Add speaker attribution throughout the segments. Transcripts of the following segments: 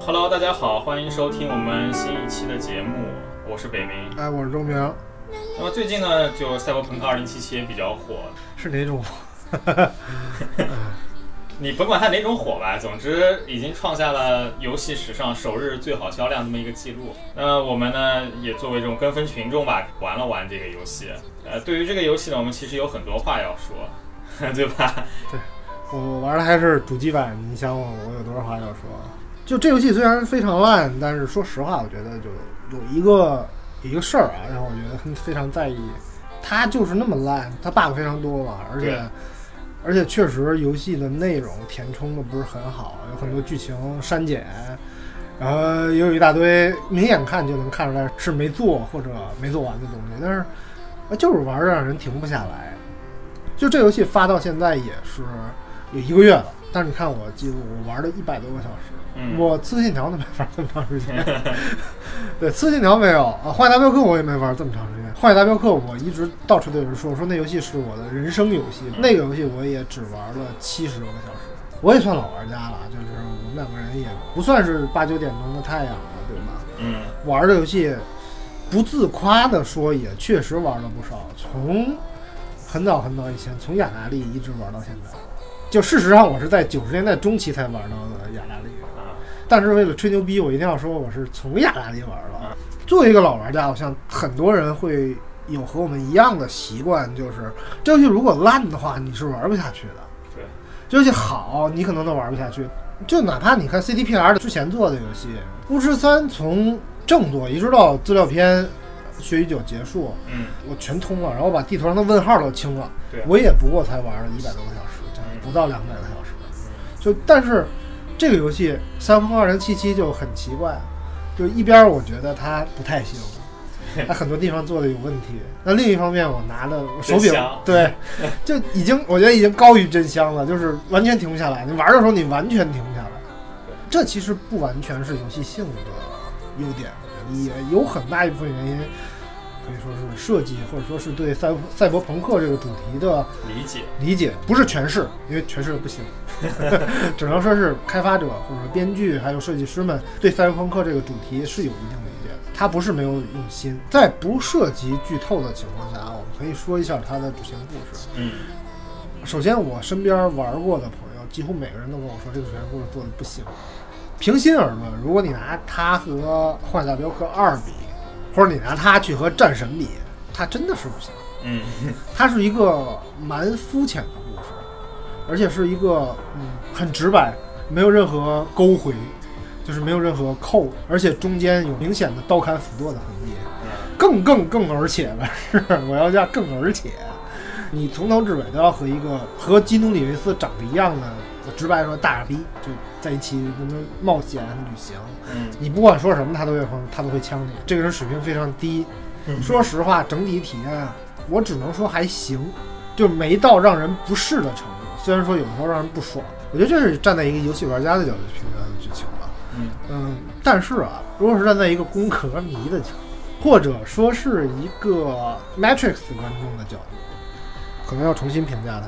Speaker 1: Hello，大家好，欢迎收听我们新一期的节目，我是北明。
Speaker 2: 哎，我是周明，
Speaker 1: 那么最近呢，就《赛博朋克2077》比较火，
Speaker 2: 是哪种？
Speaker 1: 你甭管它哪种火吧，总之已经创下了游戏史上首日最好销量这么一个记录。那我们呢，也作为这种跟风群众吧，玩了玩这个游戏。呃，对于这个游戏呢，我们其实有很多话要说， 对吧？
Speaker 2: 我我玩的还是主机版，你想我我有多少话要说？啊就这游戏虽然非常烂，但是说实话，我觉得就有一个有一个事儿啊，让我觉得很非常在意。它就是那么烂，它 bug 非常多嘛，而且
Speaker 1: 对
Speaker 2: 而且确实游戏的内容填充的不是很好，有很多剧情删减，然后也有一大堆明眼看就能看出来是没做或者没做完的东西，但是呃就是玩儿让人停不下来。就这游戏发到现在也是有一个月了，但是你看我记录，我玩了一百多个小时，
Speaker 1: 嗯，
Speaker 2: 我刺客信条都没玩这么长时间。对，刺客信条没有啊，荒野大镖客我也没玩这么长时间。荒野大镖客我一直到处都有人说，说那游戏是我的人生游戏，那个游戏我也只玩了七十多个小时。我也算老玩家了，就是我们两个人也不算是八九点钟的太阳了，对吧？
Speaker 1: 嗯，
Speaker 2: 玩的游戏，不自夸的说，也确实玩了不少。从很早很早以前，从雅达利一直玩到现在。就事实上，我是在九十年代中期才玩到的雅达利，
Speaker 1: 啊，
Speaker 2: 但是为了吹牛逼，我一定要说我是从雅达利玩
Speaker 1: 嗯
Speaker 2: 的。作为一个老玩家，我想很多人会有和我们一样的习惯，就是这游戏如果烂的话，你是玩不下去的。
Speaker 1: 对，
Speaker 2: 这游戏好，你可能都玩不下去。就哪怕你看 CDPR 的之前做的游戏，《巫师三》从正作一直到资料片《血与酒》结束，
Speaker 1: 嗯，
Speaker 2: 我全通了，然后把地图上的问号都清了。
Speaker 1: 对
Speaker 2: 我也不过才玩了一百多个小时，这样不到两百个小时。就但是这个游戏《三峰二零七七》就很奇怪，就一边儿我觉得它不太行，它很多地方做的有问题。那另一方面，我拿的手
Speaker 1: 真
Speaker 2: 柄
Speaker 1: 香
Speaker 2: 对，就已经我觉得已经高于真香了，就是完全停不下来。你玩的时候你完全停不下来，这其实不完全是游戏性的优点，也有很大一部分原因。可以说是设计，或者说是对赛博赛博朋克这个主题的
Speaker 1: 理解，
Speaker 2: 理解，不是诠释，因为诠释的不行，只能说是开发者或者说编剧还有设计师们对赛博朋克这个主题是有一定理解的，它不是没有用心。在不涉及剧透的情况下，我们可以说一下它的主线故事。
Speaker 1: 嗯，
Speaker 2: 首先，我身边玩过的朋友，几乎每个人都跟我说这个主线故事做的不行。平心而论，如果你拿它和《幻想镖客二》比，或者你拿它去和《战神》比，它真的是不行。
Speaker 1: 嗯，
Speaker 2: 它是一个蛮肤浅的故事，而且是一个嗯很直白，没有任何勾回，就是没有任何扣，而且中间有明显的刀砍斧剁的痕迹。
Speaker 1: 嗯，
Speaker 2: 更更更而且了，是我要加更而且，你从头至尾都要和一个和基努里维斯长得一样的，我直白说大傻逼就在一起什么冒险旅行，
Speaker 1: 嗯，
Speaker 2: 你不管说什么，他都会他都会呛你。这个人水平非常低，
Speaker 1: 嗯
Speaker 2: 说实话，整体体验啊我只能说还行，就没到让人不适的程度。虽然说有的时候让人不爽，我觉得这是站在一个游戏玩家的角度去评价的剧情吧。
Speaker 1: 嗯，
Speaker 2: 嗯，但是啊，如果是站在一个工壳迷的角度，或者说是一个 Matrix 观众的角度，可能要重新评价它。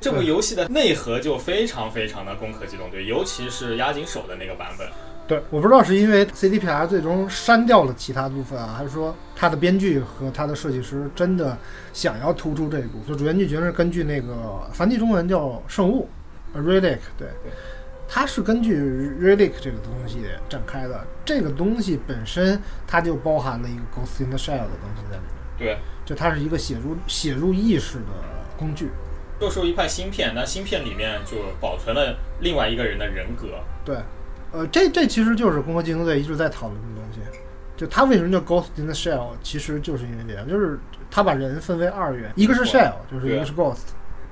Speaker 1: 这部游戏的内核就非常非常的《攻壳机动队》，尤其是押井守的那个版本。
Speaker 2: 对，我不知道是因为 CDPR 最终删掉了其他部分啊，还是说他的编剧和他的设计师真的想要突出这一部分？就主旋律角是根据那个繁体中文叫《圣物》呃 （Relic），对，它是根据 Relic 这个东西展开的。这个东西本身它就包含了一个 Ghost in the Shell 的东西在里面，
Speaker 1: 对，
Speaker 2: 就它是一个写入写入意识的工具。
Speaker 1: 又是一块芯片，那芯片里面就保存了另外一个人的人格。
Speaker 2: 对，呃，这这其实就是《攻壳机动队》一直在讨论的东西，就它为什么叫 Ghost in the Shell，其实就是因为这样，就是它把人分为二元，一个是
Speaker 1: 没错
Speaker 2: Shell，就是一
Speaker 1: 对啊
Speaker 2: 个是 Ghost。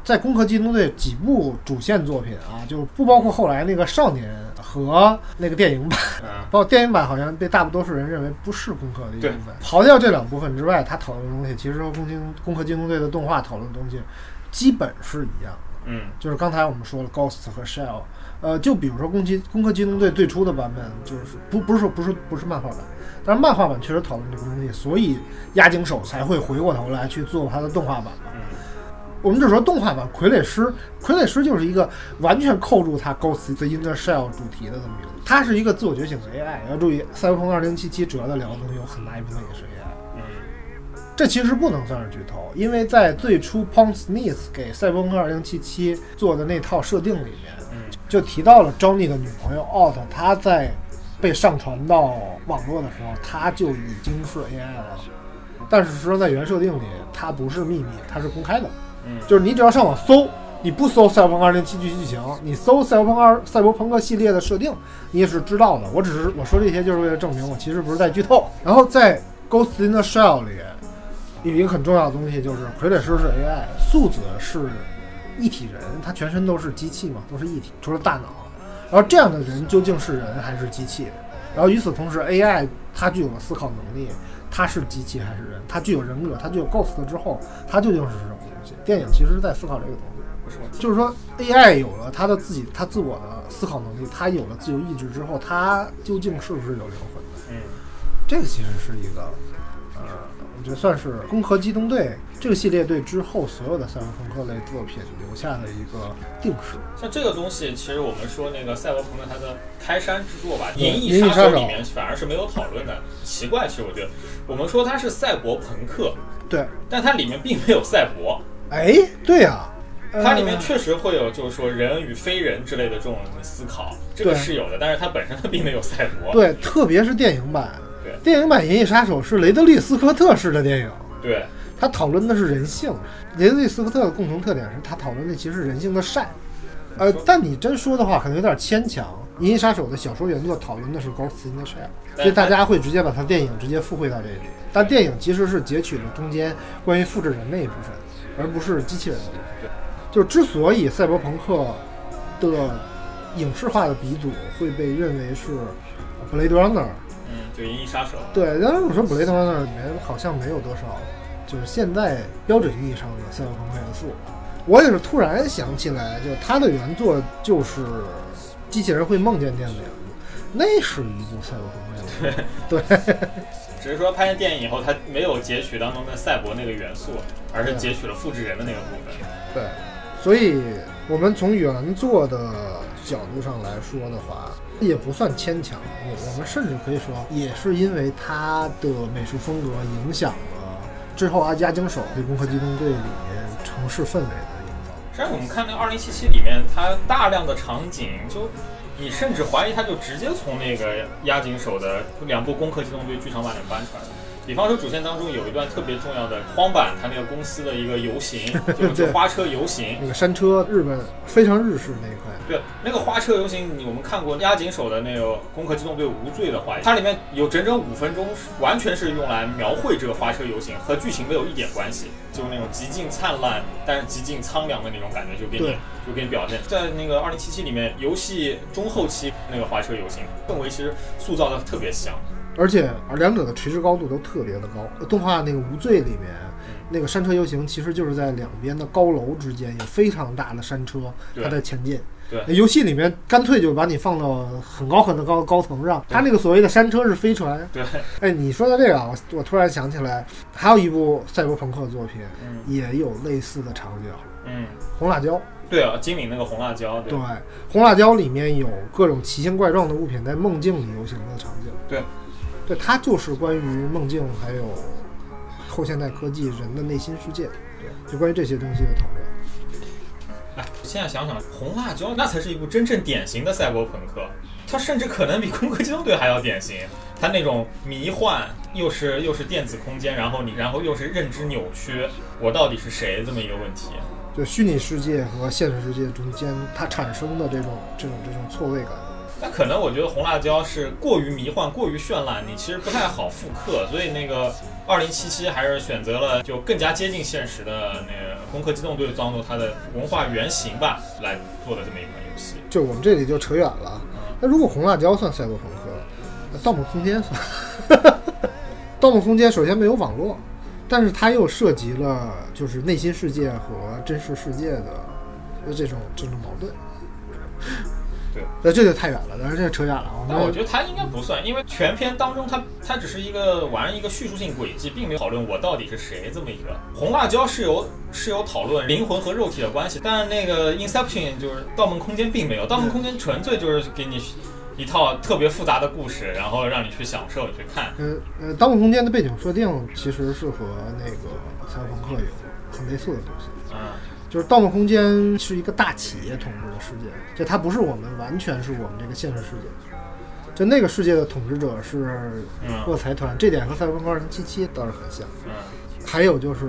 Speaker 2: 在《攻壳机动队》几部主线作品啊，就不包括后来那个少年和那个电影版，
Speaker 1: 嗯，
Speaker 2: 包括电影版好像被大多数人认为不是攻壳的一部
Speaker 1: 对
Speaker 2: 分。刨掉这两部分之外，他讨论的东西其实和《攻壳攻壳机动队》的动画讨论的东西基本是一样的。
Speaker 1: 嗯，
Speaker 2: 就是刚才我们说了 Ghost 和 Shell，呃，就比如说攻击《攻壳机动队》最初的版本，就是不不是说不是不是漫画版，但是漫画版确实讨论这个东西，所以押井守才会回过头来去做它的动画版嘛。
Speaker 1: 嗯，
Speaker 2: 我们就说动画版《傀儡师》，《傀儡师》就是一个完全扣住它 Ghost in the Shell 主题的这么一个，它是一个自我觉醒的 AI。要注意，《赛博朋克2077》主要在聊的东西有很大一部分也是 AI。
Speaker 1: 嗯
Speaker 2: 这其实不能算是剧透，因为在最初 p o n Smith 给《赛博朋克2077》做的那套设定里面，
Speaker 1: 嗯
Speaker 2: 就提到了 Johnny 的女朋友 Out，她在被上传到网络的时候，她就已经是 AI 了。但是实际上在原设定里，它不是秘密，它是公开的。
Speaker 1: 嗯，
Speaker 2: 就是你只要上网搜，你不搜《赛博朋克2077》剧情，你搜《赛博朋克二赛博朋克》系列的设定，你也是知道的。我只是我说这些，就是为了证明我其实不是在剧透。然后在《Ghost in the Shell》里，有一个很重要的东西，就是傀儡师是 AI，素子是一体人，他全身都是机器嘛，都是一体，除了大脑。啊然后这样的人究竟是人还是机器？然后与此同时，AI 它具有了思考能力，它是机器还是人？它具有人格，它具有 Ghost 之后，它究竟是什么东西？电影其实是在思考这个东西，
Speaker 1: 不是我
Speaker 2: 就是说 AI 有了它的自己，它自我的思考能力，它有了自由意志之后，它究竟是不是有灵魂？
Speaker 1: 嗯
Speaker 2: 这个其实是一个，呃，我觉得算是《攻壳机动队》这个系列对之后所有的赛博朋克类作品留下的一个定式。
Speaker 1: 像这个东西，其实我们说那个赛博朋克它的开山之作吧，《
Speaker 2: 对
Speaker 1: 银翼
Speaker 2: 银翼
Speaker 1: 杀
Speaker 2: 杀
Speaker 1: 手》
Speaker 2: 手
Speaker 1: 里面反而是没有讨论的。奇怪，其实我觉得我们说它是赛博朋克，
Speaker 2: 对，
Speaker 1: 但它里面并没有赛博，
Speaker 2: 哎，对呀、啊，
Speaker 1: 它里面
Speaker 2: 呃
Speaker 1: 确实会有就是说人与非人之类的这种思考，这个
Speaker 2: 对
Speaker 1: 是有的，但是它本身它并没有赛博。
Speaker 2: 对，特别是电影版
Speaker 1: 对，
Speaker 2: 电影版《银翼杀手》是雷德利·斯科特式的电影，
Speaker 1: 对，
Speaker 2: 他讨论的是人性。雷德利·斯科特的共同特点是他讨论的其实是人性的善。呃
Speaker 1: 你说，
Speaker 2: 但你真说的话，可能有点牵强。《银翼杀手》的小说原作讨论的是 Ghost in the Shell，所以大家会直接把它电影直接附会到这里。但电影其实是截取了中间关于复制人那一部分，而不是机器人的部分。就是之所以赛博朋克的影视化的鼻祖会被认为是《Blade Runner》，
Speaker 1: 嗯，就《银翼杀手》
Speaker 2: 对，当然我说《Blade Runner》里面好像没有多少，就是现在标准意义上的赛博朋克元素。我也是突然想起来，就它的原作就是《机器人会梦见电子羊》，那是一部赛博朋克元素。
Speaker 1: 只是说拍成电影以后，它没有截取当中的赛博那个元素，而是截取了复制人的那个部分。
Speaker 2: 对，所以我们从原作的角度上来说的话，也不算牵强。我我们甚至可以说，也是因为它的美术风格影响了之后阿加京手对《攻壳机动队》里面城市氛围的营造。
Speaker 1: 实际上，我们看那个二零七七里面，它大量的场景就。你甚至怀疑它就直接从那个押井守的两部《攻壳机动队》剧场版里搬出来的。比方说，主线当中有一段特别重要的荒坂他那个公司的一个游 行，就是就花车游行，
Speaker 2: 那个山车，日本非常日式那一块，
Speaker 1: 对，那个花车游行，你我们看过押井守的那个《攻壳机动队无罪》的话，它里面有整整五分钟，完全是用来描绘这个花车游行，和剧情没有一点关系，就是那种极尽灿烂，但是极尽苍凉的那种感觉，就给你
Speaker 2: 对
Speaker 1: 就给你表现。在那个二零七七里面，游戏中后期那个花车游行氛围其实塑造的特别像，
Speaker 2: 而且两者的垂直高度都特别的高。动画那个《无罪》里面，
Speaker 1: 嗯
Speaker 2: 那个山车游行其实就是在两边的高楼之间有非常大的山车，
Speaker 1: 对
Speaker 2: 它在前进。
Speaker 1: 对
Speaker 2: 那游戏里面干脆就把你放到很高很高的高层上，它那个所谓的山车是飞船。
Speaker 1: 对，
Speaker 2: 哎，你说到这个啊，我我突然想起来，还有一部赛博朋克作品
Speaker 1: 嗯
Speaker 2: 也有类似的场景，
Speaker 1: 嗯，
Speaker 2: 《红辣椒》。
Speaker 1: 对啊，金敏那个红辣椒，
Speaker 2: 对，
Speaker 1: 对
Speaker 2: 《红辣椒》里面有各种奇形怪状的物品在梦境里游行的场景。
Speaker 1: 对，
Speaker 2: 对，它就是关于梦境还有后现代科技人的内心世界，就关于这些东西的讨论。
Speaker 1: 哎，现在想想，红辣椒那才是一部真正典型的赛博朋克，它甚至可能比《攻壳机动队》还要典型。它那种迷幻，又是又是电子空间，然后你然后又是认知扭曲，我到底是谁这么一个问题。
Speaker 2: 就虚拟世界和现实世界中间它产生的这种这种这种错位感。
Speaker 1: 那可能我觉得红辣椒是过于迷幻、过于绚烂，你其实不太好复刻，所以那个二零七七还是选择了就更加接近现实的那个《攻壳机动队》当做它的文化原型吧来做的这么一款游戏。
Speaker 2: 就我们这里就扯远了。那如果红辣椒算赛博朋克，那《盗梦空间》算？ 《盗梦空间》首先没有网络，但是它又涉及了就是内心世界和真实世界的这种这种矛盾。
Speaker 1: 对，
Speaker 2: 那这就太远了，但是这扯远了。我
Speaker 1: 但我
Speaker 2: 们
Speaker 1: 觉得它应该不算，因为全片当中它它只是一个玩一个叙述性轨迹，并没有讨论我到底是谁这么一个。红辣椒是有是有讨论灵魂和肉体的关系，但那个 Inception 就是《盗梦空间》并没有，《盗梦空间》纯粹就是给你一套特别复杂的故事，然后让你去享受、去看。
Speaker 2: 呃呃，《盗梦空间》的背景设定其实是和那个《赛博朋克》有很类似的东西。
Speaker 1: 嗯，
Speaker 2: 就是《盗梦空间》是一个大企业统治的世界，就它不是我们完全是我们这个现实世界，就那个世界的统治者是
Speaker 1: 嗯
Speaker 2: 恶财团，这点和《赛博朋克2077》倒是很像。
Speaker 1: 嗯
Speaker 2: 还有就是《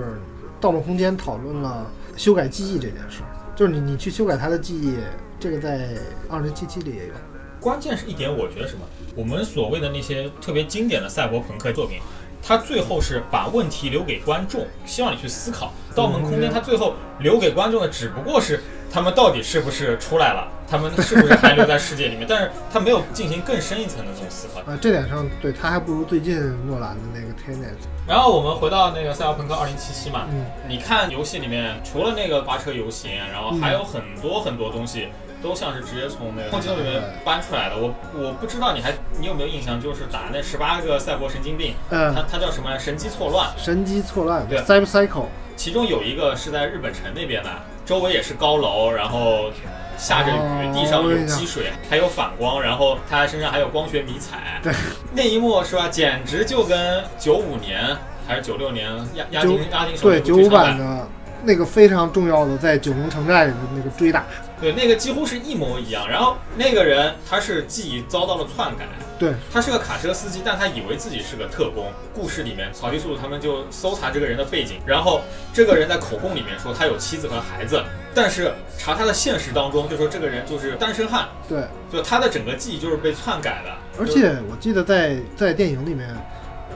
Speaker 2: 盗梦空间》讨论了修改记忆这件事儿，就是你你去修改他的记忆，这个在2077里也有。
Speaker 1: 关键是一点，我觉得什么？我们所谓的那些特别经典的赛博朋克作品，它最后是把问题留给观众，希望你去思考。《盗梦空间》它最后留给观众的只不过是他们到底是不是出来了，他们是不是还留在世界里面，但是他没有进行更深一层的这种思考。
Speaker 2: 啊，这点上对他还不如最近诺兰的那个《Tenet》。
Speaker 1: 然后我们回到那个《赛博朋克2077》嘛，
Speaker 2: 嗯，
Speaker 1: 你看游戏里面除了那个花车游行，然后
Speaker 2: 嗯
Speaker 1: 还有很多很多东西。都像是直接从那个空气动里面搬出来的，我我不知道你还你有没有印象，就是打那十八个赛博神经病，它
Speaker 2: 呃，
Speaker 1: 它叫什么来？神机错乱。
Speaker 2: 神机错乱
Speaker 1: 对
Speaker 2: c y b e r c y c l e
Speaker 1: 其中有一个是在日本城那边的，周围也是高楼，然后下着雨
Speaker 2: 哦，
Speaker 1: 地上
Speaker 2: 我
Speaker 1: 有
Speaker 2: 跟你
Speaker 1: 积水，还有反光，然后他身上还有光学迷彩。
Speaker 2: 对，
Speaker 1: 那一幕是吧？简直就跟九五年还是九六年押押
Speaker 2: 九
Speaker 1: 金押金手
Speaker 2: 对
Speaker 1: 术
Speaker 2: 九
Speaker 1: 剧
Speaker 2: 五
Speaker 1: 场
Speaker 2: 版的那个非常重要的在九龙城寨里的那个追打，
Speaker 1: 对那个几乎是一模一样。然后那个人他是记忆遭到了篡改，
Speaker 2: 对，
Speaker 1: 他是个卡车司机，但他以为自己是个特工。故事里面，草地叔叔他们就搜查这个人的背景，然后这个人在口供里面说他有妻子和孩子，但是查他的现实当中就说这个人就是单身汉，
Speaker 2: 对，
Speaker 1: 就他的整个记忆就是被篡改的。
Speaker 2: 而
Speaker 1: 就
Speaker 2: 且我记得在在电影里面，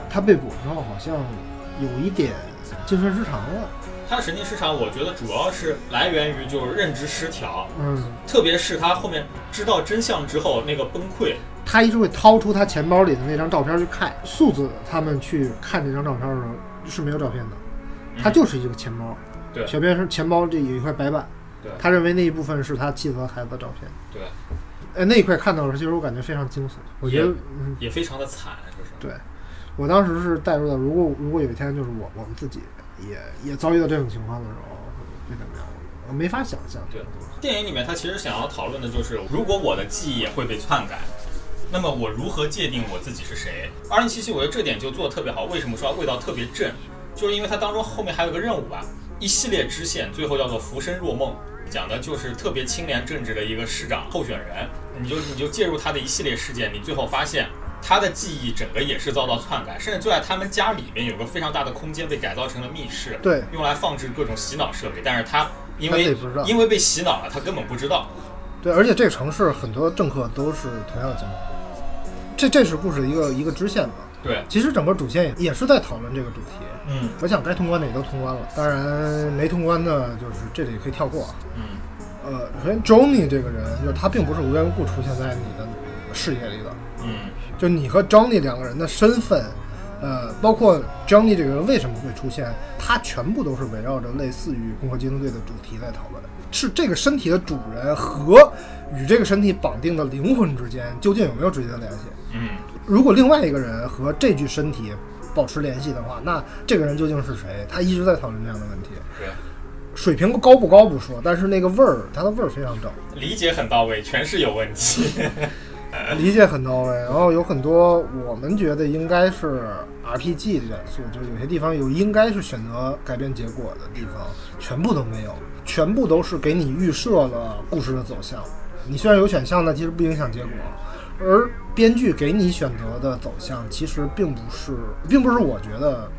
Speaker 2: 他被捕之后好像有一点精神失常了，
Speaker 1: 他的神经失常，我觉得主要是来源于就是认知失调，
Speaker 2: 嗯，
Speaker 1: 特别是他后面知道真相之后那个崩溃。
Speaker 2: 他一直会掏出他钱包里的那张照片去看，素子他们去看这张照片的时候是没有照片的，
Speaker 1: 嗯
Speaker 2: 他就是一个钱包，
Speaker 1: 对
Speaker 2: 小便是钱包这有一块白板，
Speaker 1: 对
Speaker 2: 他认为那一部分是他妻子和孩子的照片，
Speaker 1: 对，
Speaker 2: 哎，那一块看到的时候，其实我感觉非常惊悚，我觉得
Speaker 1: 也，
Speaker 2: 嗯，
Speaker 1: 也非常的惨，就是
Speaker 2: 对，我当时是带入到，如果如果有一天就是我我们自己也也遭遇到这种情况的时候，会怎么样？我没法想象。
Speaker 1: 对电影里面他其实想要讨论的就是，如果我的记忆也会被篡改，那么我如何界定我自己是谁？二零七七，我觉得这点就做的特别好。为什么说它味道特别正？就是因为它当中后面还有个任务吧，一系列支线，最后叫做浮生若梦，讲的就是特别清廉正直的一个市长候选人。你就你就介入他的一系列事件，你最后发现。他的记忆整个也是遭到篡改，甚至就在他们家里面有个非常大的空间被改造成了密室，
Speaker 2: 对，
Speaker 1: 用来放置各种洗脑设备。但是他因
Speaker 2: 他自
Speaker 1: 为
Speaker 2: 己不知道
Speaker 1: 因为被洗脑了，他根本不知道。
Speaker 2: 对，而且这个城市很多政客都是同样的经历，这这是故事的一个一个支线吧。
Speaker 1: 对，
Speaker 2: 其实整个主线也也是在讨论这个主题。
Speaker 1: 嗯
Speaker 2: 我想该通关的也都通关了，当然没通关的就是这里可以跳过啊。
Speaker 1: 嗯
Speaker 2: 呃，首先 Johnny 这个人，就是他并不是无缘无故出现在你的视野里的，
Speaker 1: 嗯
Speaker 2: 就你和 Johnny 两个人的身份，呃，包括 Johnny 这个人为什么会出现，他全部都是围绕着类似于《共和机动队》的主题在讨论，是这个身体的主人和与这个身体绑定的灵魂之间究竟有没有直接的联系？
Speaker 1: 嗯，
Speaker 2: 如果另外一个人和这具身体保持联系的话，那这个人究竟是谁？他一直在讨论这样的问题。
Speaker 1: 对，
Speaker 2: 水平高不高不说，但是那个味儿，它的味儿非常正，
Speaker 1: 理解很到位，全是有问题。
Speaker 2: 理解很到位。然后有很多我们觉得应该是 RPG 的元素，就是有些地方有应该是选择改变结果的地方，全部都没有，全部都是给你预设了故事的走向。你虽然有选项呢，其实不影响结果。而编剧给你选择的走向，其实并不是，并不是我觉得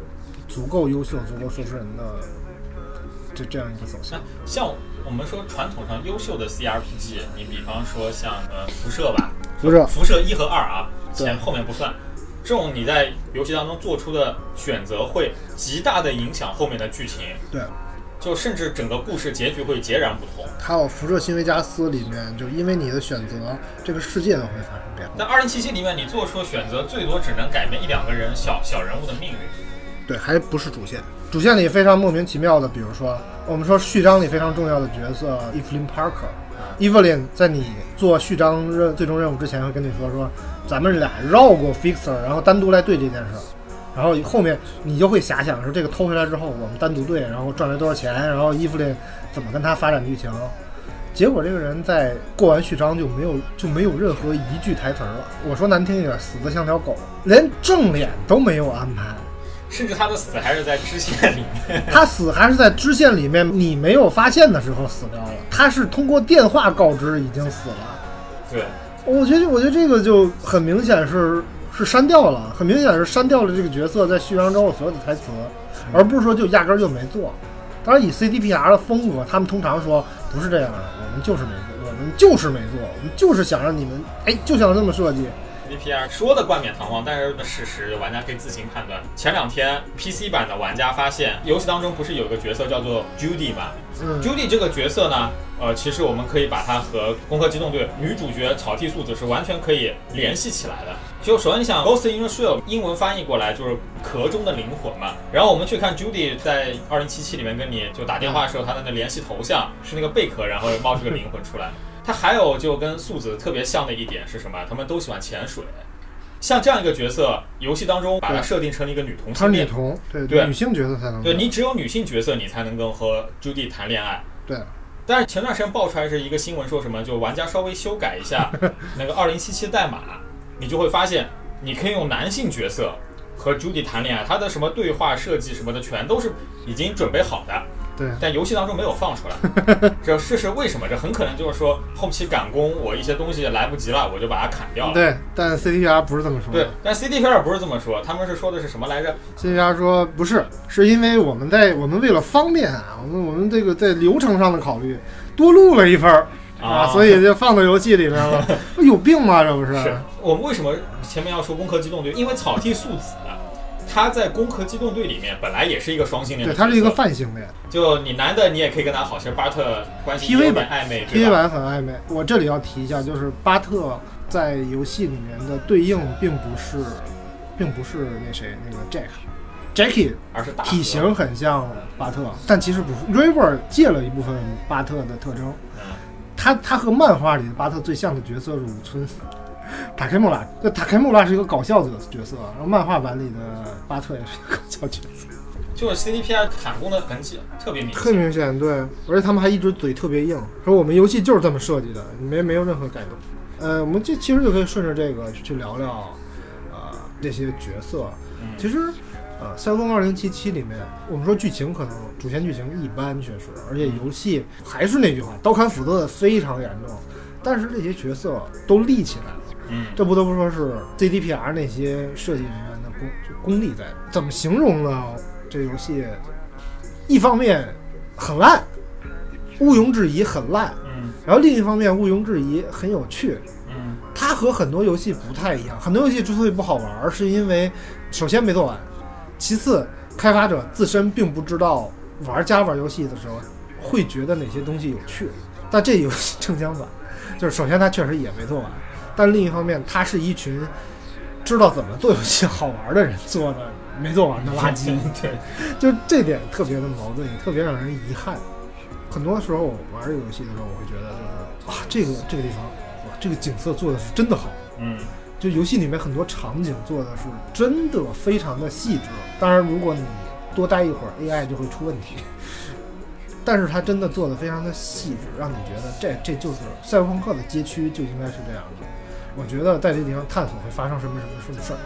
Speaker 2: 足够优秀、足够说服人的这这样一个走向
Speaker 1: 那。像我们说传统上优秀的 CRPG，你比方说像呃辐射吧，
Speaker 2: 不是，
Speaker 1: 辐射一和二啊，
Speaker 2: 对
Speaker 1: 前后面不算。这种你在游戏当中做出的选择，会极大的影响后面的剧情，
Speaker 2: 对，
Speaker 1: 就甚至整个故事结局会截然不同。
Speaker 2: 还有《辐射新维加斯》里面，就因为你的选择，这个世界都会发生变化。
Speaker 1: 但二零七七里面，你做出的选择最多只能改变一两个人小小人物的命运。
Speaker 2: 对，还不是主线。主线里非常莫名其妙的，比如说我们说序章里非常重要的角色 Evelyn Parker，
Speaker 1: 啊
Speaker 2: Evelyn 在你做序章任最终任务之前会跟你说说，咱们俩绕过 Fixer，然后单独来对这件事儿。然后后面你就会遐想说，这个偷回来之后，我们单独对，然后赚来多少钱，然后伊芙琳怎么跟他发展剧情。结果这个人在过完序章就没有就没有任何一句台词儿了。我说难听一点，死的像条狗，连正脸都没有安排。
Speaker 1: 甚至他的死还是在支线里面。
Speaker 2: 他死还是在支线里面，你没有发现的时候死掉了。他是通过电话告知已经死了。
Speaker 1: 对，
Speaker 2: 我觉得，我觉得这个就很明显是是删掉了，很明显是删掉了这个角色在序章之后所有的台词，而不是说就压根儿就没做。当然，以 CDPR 的风格，他们通常说不是这样的，我们就是没做，我们就是没做，我们就是想让你们，哎，就想这么设计。
Speaker 1: DPR 说的冠冕堂皇，但是事实玩家可以自行判断。前两天 PC 版的玩家发现，游戏当中不是有个角色叫做 Judy 吗
Speaker 2: 嗯，
Speaker 1: ？Judy 这个角色呢，呃，其实我们可以把它和《攻壳机动队》女主角草剃素子是完全可以联系起来的。就首先你想，Ghost in the Shell 英文翻译过来就是壳中的灵魂嘛。然后我们去看 Judy 在二零七七里面跟你就打电话的时候，她的那联系头像是那个贝壳，然后冒出个灵魂出来。它还有就跟素子特别像的一点是什么？他们都喜欢潜水。像这样一个角色，游戏当中把它
Speaker 2: 对
Speaker 1: 设定成了一个女同
Speaker 2: 她
Speaker 1: 性
Speaker 2: 是女
Speaker 1: 恋，
Speaker 2: 童，对
Speaker 1: 对
Speaker 2: 女性角色才能
Speaker 1: 对你只有女性角色，你才能跟和 Judy 谈恋爱。
Speaker 2: 对，
Speaker 1: 但是前段时间爆出来是一个新闻，说什么就玩家稍微修改一 下那个二零七七代码，你就会发现你可以用男性角色和 Judy 谈恋爱，他的什么对话设计什么的全都是已经准备好 的，
Speaker 2: 对
Speaker 1: 但游戏当中没有放出 来。这这是为什么？这很可能就是说后期赶工，我一些东西来不及了，我就把它砍掉了。
Speaker 2: 对，但 CDPR 不是这么说的
Speaker 1: 对，。但 CDPR 不是这么说，他们是说的是什么来着？
Speaker 2: 辛家说不是，是因为我们在我们为了方便啊，我们我们这个在流程上的考虑，多录了一份儿啊，
Speaker 1: 啊
Speaker 2: 所以就放到游戏里边了。有病吗？这不是？
Speaker 1: 是我们为什么前面要说《攻壳机动队》？因为草剃素子啊，他在《攻壳机动队》里面本来也是一个双性恋
Speaker 2: 对，
Speaker 1: 的角色，
Speaker 2: 它是一个泛性恋
Speaker 1: 就你男的你也可以跟他好，其实巴特关系
Speaker 2: PV
Speaker 1: 有点
Speaker 2: 版
Speaker 1: 暧昧，对
Speaker 2: ，PV
Speaker 1: 吧？
Speaker 2: 版很暧昧。我这里要提一下，就是巴特在游戏里面的对应并不是，并不是那谁那个 Jack。Jackie
Speaker 1: 而是大
Speaker 2: 体型很像巴特，但其实不是。River 借了一部分巴特的特征，
Speaker 1: 嗯
Speaker 2: 他他和漫画里的巴特最像的角色是武村。塔克穆拉，就塔克穆拉是一个搞笑角角色，啊然后漫画版里的巴特也是一个搞笑角色，
Speaker 1: 就是 CDPR 砍工的痕迹啊特别明
Speaker 2: 特
Speaker 1: 显。
Speaker 2: 明显。对，而且他们还一直嘴特别硬，说我们游戏就是这么设计的，没没有任何改动。呃，我们这其实就可以顺着这个去聊聊，呃，这些角色。
Speaker 1: 嗯
Speaker 2: 其实，呃，《赛博朋克二零七七》里面，我们说剧情可能主线剧情一般，确实，而且游戏还是那句话，刀砍斧剁的非常严重，但是这些角色都立起来了，
Speaker 1: 嗯，
Speaker 2: 这不得不说是 CDPR 那些设计人员的功就功力在。怎么形容呢？这游戏一方面很烂，毋庸置疑很烂，
Speaker 1: 嗯
Speaker 2: 然后另一方面毋庸置疑很有趣，
Speaker 1: 嗯
Speaker 2: 它和很多游戏不太一样，很多游戏之所以不好玩儿，是因为首先没做完，其次开发者自身并不知道玩家玩游戏的时候会觉得哪些东西有趣。但这游戏正相反，就是首先它确实也没做完，但另一方面，它是一群知道怎么做游戏好玩的人做的没做完的 垃圾。
Speaker 1: 对，
Speaker 2: 就这点特别的矛盾，也特别让人遗憾。很多时候我玩这个游戏的时候，我会觉得就是啊，这个这个地方，哇，这个景色做的是真的好。
Speaker 1: 嗯
Speaker 2: 就游戏里面很多场景做的是真的非常的细致。当然，如果你多待一会儿，AI 就会出问题。 但是它真的做的非常的细致，让你觉得这这就是赛博朋克的街区就应该是这样的。我觉得在这地方探索会发生什么什么什么事儿，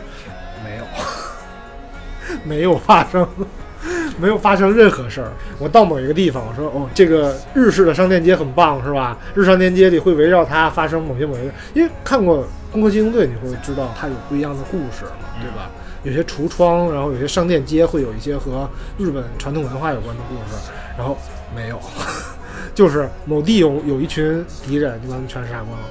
Speaker 2: 没有， 没有发生，没有发生任何事儿。我到某一个地方，我说哦，这个日式的商店街很棒，是吧？日商店街里会围绕它发生某些某些，因为看过《攻壳机动队》，你会知道它有不一样的故事嘛，
Speaker 1: 嗯
Speaker 2: 对吧？有些橱窗，然后有些商店街会有一些和日本传统文化有关的故事，然后没有， 就是某地有有一群敌人，就把他们全杀光了。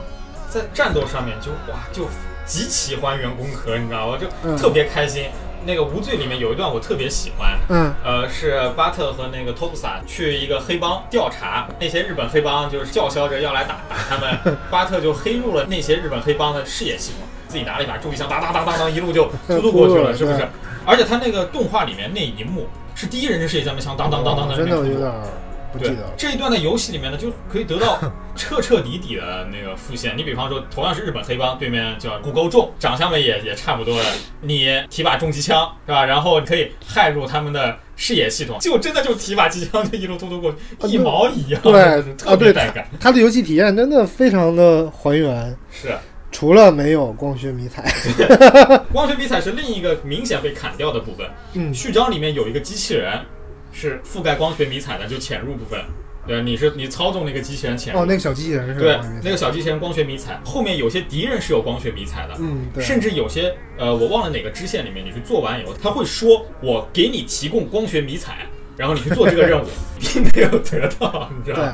Speaker 1: 在战斗上面就哇就极其还原工壳，你知道吗？就
Speaker 2: 嗯
Speaker 1: 特别开心。那个无罪里面有一段我特别喜欢，
Speaker 2: 嗯
Speaker 1: 呃，是巴特和那个托普萨去一个黑帮调查，那些日本黑帮就是叫嚣着要来打打他 们，巴特就黑入了那些日本黑帮的视野系统，自己拿了一把重机枪，当当当当当，一路就突 突过去了，是不是
Speaker 2: 对？
Speaker 1: 而且他那个动画里面那一幕是第一人称视野下面枪，当当当当当，
Speaker 2: 真的
Speaker 1: 那边
Speaker 2: 有
Speaker 1: 突突
Speaker 2: 点不记
Speaker 1: 对
Speaker 2: 得了，。
Speaker 1: 这一段在游戏里面呢，就可以得 到彻彻底底的那个复现。你比方说，同样是日本黑帮，对面叫古沟众，长相嘛也也差不多的，你提把重机枪是吧？然后你可以骇入他们的视野系统，就真的就提把机枪就一路突突过去，
Speaker 2: 啊
Speaker 1: 一毛一样，
Speaker 2: 对
Speaker 1: 特
Speaker 2: 啊
Speaker 1: 别
Speaker 2: 对
Speaker 1: 带感。
Speaker 2: 它的游戏体验真的非常的还原，
Speaker 1: 是
Speaker 2: 除了没有光学迷彩，
Speaker 1: 光学比彩是另一个明显被砍掉的部分。
Speaker 2: 嗯，
Speaker 1: 序章里面有一个机器人是覆盖光学迷彩的，就潜入部分。对，你是你操纵那个机器人潜入。
Speaker 2: 哦，那个小机器人是吧
Speaker 1: 对
Speaker 2: 光学迷，彩
Speaker 1: 那个小机器人光学迷彩，后面有些敌人是有光学迷彩的，
Speaker 2: 嗯，对，
Speaker 1: 甚至有些呃，我忘了哪个支线里面，你去做完以后，他会说我给你提供光学迷彩，然后你去做这个 任务，并没有得到，你知道
Speaker 2: 对
Speaker 1: 吗？。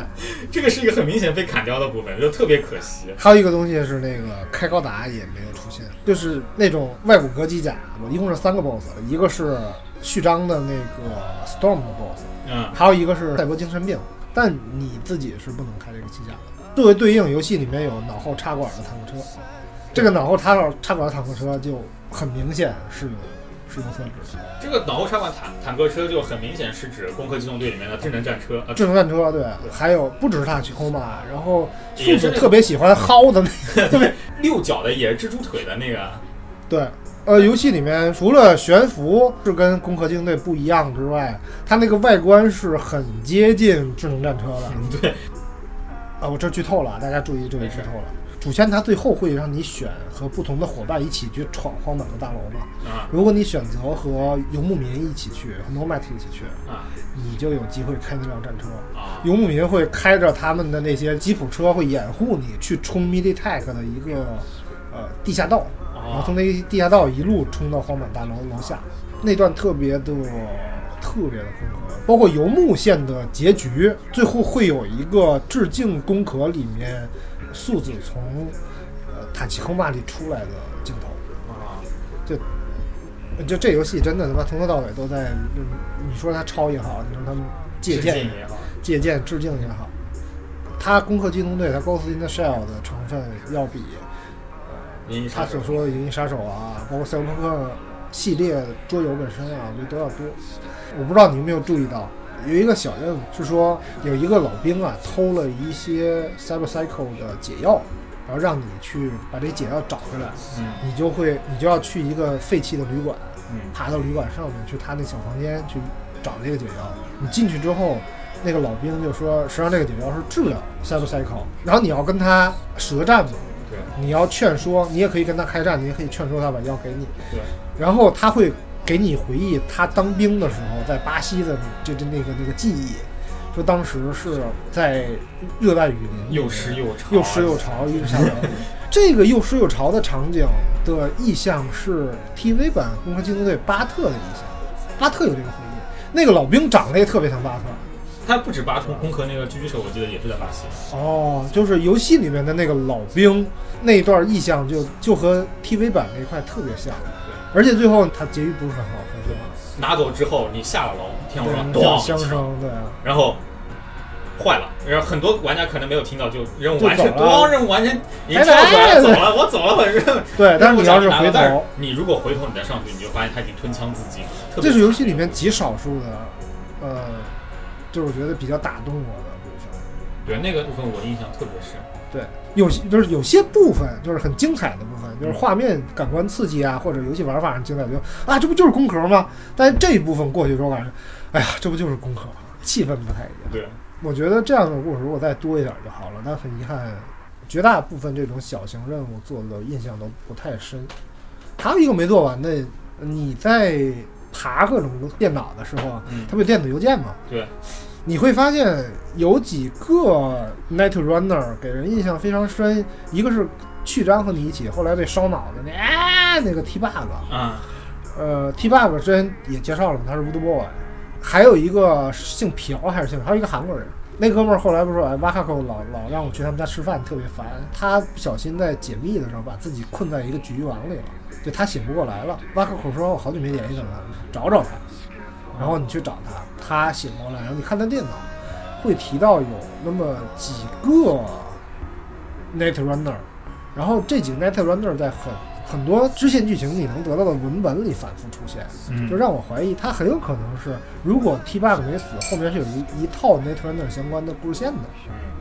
Speaker 1: 这个是一个很明显被砍掉的部分，就特别可惜。
Speaker 2: 还有一个东西是那个开高达也没有出现，就是那种外骨骼机甲，我一共是三个 BOSS，一个是序章的那个 Storm 的 BOSS，
Speaker 1: 嗯，
Speaker 2: 还有一个是赛博精神病，但你自己是不能开这个机甲的。作为对应，游戏里面有脑后插管的坦克车，这个脑后插管插管坦克车就很明显是有是有设置的，
Speaker 1: 这个脑后插管坦坦克车就很明显是指《攻壳机动队》里面的智能战车啊，
Speaker 2: 智能战车对，还有不只是塔奇空吧，然后素
Speaker 1: 也是
Speaker 2: 子
Speaker 1: 那个
Speaker 2: 特别喜欢薅的那
Speaker 1: 六角的也是蜘蛛腿的那个，
Speaker 2: 对， 呃，游戏里面除了悬浮是跟《攻壳机动队》不一样之外，它那个外观是很接近智能战车的。
Speaker 1: 嗯， 对，
Speaker 2: 啊，我这剧透了，大家注意，这里
Speaker 1: 没事
Speaker 2: 剧透了。主线它最后会让你选和不同的伙伴一起去闯荒岛的大楼嘛。
Speaker 1: 啊
Speaker 2: 如果你选择和游牧民一起去，和 Nomad 一起去，
Speaker 1: 啊
Speaker 2: 你就有机会开那辆战车。
Speaker 1: 啊，
Speaker 2: 游牧民会开着他们的那些吉普车，会掩护你去冲 Militech 的一个呃地下道。然后
Speaker 1: 哦
Speaker 2: 从那地下道一路冲到荒坂大楼楼下，那段特别的特别的风格，包括游牧线的结局，最后会有一个致敬《宫壳》里面素子从呃塔奇空坝里出来的镜头，
Speaker 1: 啊
Speaker 2: 就这游戏真的他妈从头到尾都在，嗯你说它抄也好，你说他们借
Speaker 1: 致
Speaker 2: 鉴
Speaker 1: 敬也好
Speaker 2: 借鉴致敬也好，它《攻壳机动队》它《Ghost in the Shell》的成分要比
Speaker 1: 银翼杀
Speaker 2: 他
Speaker 1: 手
Speaker 2: 所说的《银翼杀手》啊，包括《赛博朋克》系列桌游本身啊，我觉得都要多。我不知道你有没有注意到，有一个小任务是说，有一个老兵啊偷了一些 Cybercycle 的解药，然后让你去把这解药找回来，
Speaker 1: 嗯
Speaker 2: 你就会你就要去一个废弃的旅馆，
Speaker 1: 嗯
Speaker 2: 爬到旅馆上面去他那小房间去找这个解药。你进去之后，那个老兵就说，实际上这个解药是治疗 Cybercycle，然后你要跟他舌战嘛。
Speaker 1: 对
Speaker 2: 你要劝说，你也可以跟他开战，你也可以劝说他把药给你，
Speaker 1: 对。
Speaker 2: 然后他会给你回忆他当兵的时候在巴西的这这那个那个记忆，说当时是在热带雨林，
Speaker 1: 又湿又潮，啊
Speaker 2: 又湿又潮，一直下雨。这个又湿又潮的场景的意象是 TV 版《攻壳机动队》巴特的意象，巴特有这个回忆。那个老兵长得也特别像巴特，
Speaker 1: 他不止拔出空壳那个狙击手，我记得也是在巴西。
Speaker 2: 哦，就是游戏里面的那个老兵那一段意象就就和 TV 版那块特别像。
Speaker 1: 对，
Speaker 2: 而且最后他结局不是很好，是吧？
Speaker 1: 拿走之后你下了楼，听我说，
Speaker 2: 对，叫
Speaker 1: 咚
Speaker 2: 相
Speaker 1: 一声，
Speaker 2: 声，对啊，
Speaker 1: 然后坏了，然后很多玩家可能没有听到，就任务
Speaker 2: 就
Speaker 1: 完成，
Speaker 2: 走了
Speaker 1: 咣，任务完成，你跳
Speaker 2: 拜
Speaker 1: 出
Speaker 2: 拜
Speaker 1: 来走了，我走了，我扔。
Speaker 2: 对。但是你要是
Speaker 1: 拿
Speaker 2: 回
Speaker 1: 到但是
Speaker 2: 头，
Speaker 1: 你如果回头你再上去，你就发现他已经吞枪自尽了。特别
Speaker 2: 这是游戏里面极少数的，呃，就是我觉得比较打动我的部分。
Speaker 1: 对那个部分我印象特别深。
Speaker 2: 对，有些就是有些部分就是很精彩的部分，就是画面感官刺激啊，或者游戏玩法上精彩，就啊，这不就是工壳吗？但是这一部分过去之后，感觉，哎呀，这不就是工壳吗？气氛不太一样。
Speaker 1: 对，
Speaker 2: 我觉得这样的故事如果再多一点就好了，但很遗憾，绝大部分这种小型任务做的印象都不太深。还有一个没做完的，你在爬各种电脑的时候啊，
Speaker 1: 嗯
Speaker 2: 它，不有电子邮件吗？
Speaker 1: 对，
Speaker 2: 你会发现有几个 Night Runner 给人印象非常深，一个是去章和你一起，后来被烧脑的那啊那个 T Bug，
Speaker 1: 啊，
Speaker 2: 呃，T Bug 之前也介绍了嘛，他是 Wood Boy，还有一个姓朴还是姓，还有一个韩国人。那哥们儿后来不是说，哎，瓦卡口老老让我去他们家吃饭，特别烦。他不小心在解密的时候把自己困在一个局域网里了，就他醒不过来了。瓦卡口说，我好久没联系他了，找找他。然后你去找他，他醒过来，然后你看他电脑，会提到有那么几个 Net Runner，然后这几个 Net Runner 在很很多支线剧情你能得到的文本里反复出现，
Speaker 1: 嗯
Speaker 2: 就让我怀疑它很有可能是，如果 T bug 没死，后面是有一一套 n a t u r n e r 相关的故事线的，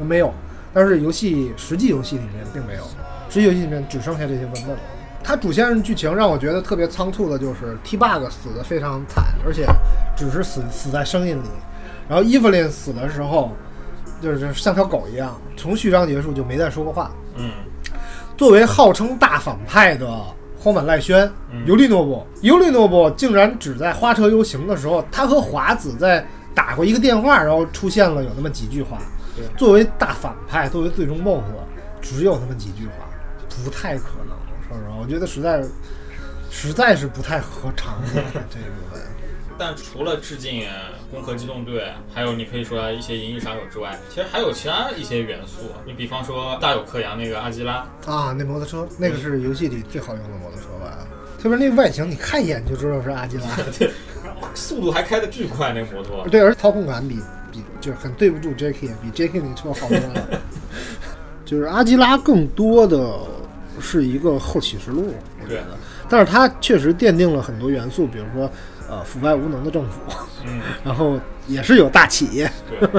Speaker 1: 嗯
Speaker 2: 没有。但是游戏实际游戏里面并没有，实际游戏里面只剩下这些文本了。它主线剧情让我觉得特别仓促的就是 T bug 死的非常惨，而且只是死死在声音里，然后 Evelyn 死的时候就是像条狗一样，从序章结束就没再说过话。
Speaker 1: 嗯
Speaker 2: 作为号称大反派的荒坂赖宣
Speaker 1: 嗯、
Speaker 2: 尤利诺布，尤利诺布竟然只在花车游行的时候，他和华子在打过一个电话，然后出现了有那么几句话
Speaker 1: 对。
Speaker 2: 作为大反派，作为最终 BOSS，只有那么几句话，不太可能。说实话，我觉得实在实在是不太合常理这一部分。
Speaker 1: 但除了致敬《攻壳机动队》，还有你可以说一些《银翼杀手》之外，其实还有其他一些元素。你比方说大有克洋那个阿基拉，
Speaker 2: 啊，那摩托车，那个是游戏里最好用的摩托车吧？特别是那个外形，你看一眼就知道是阿基拉。
Speaker 1: 速度还开得巨快，那个摩托。
Speaker 2: 对，而且操控感比比就是很对不住 Jacky，比 Jacky 那车好多了。就是阿基拉更多的是一个后启示录，我觉
Speaker 1: 对
Speaker 2: 得，但是它确实奠定了很多元素，比如说呃腐败无能的政府，
Speaker 1: 嗯，
Speaker 2: 然后也是有大企业，
Speaker 1: 对，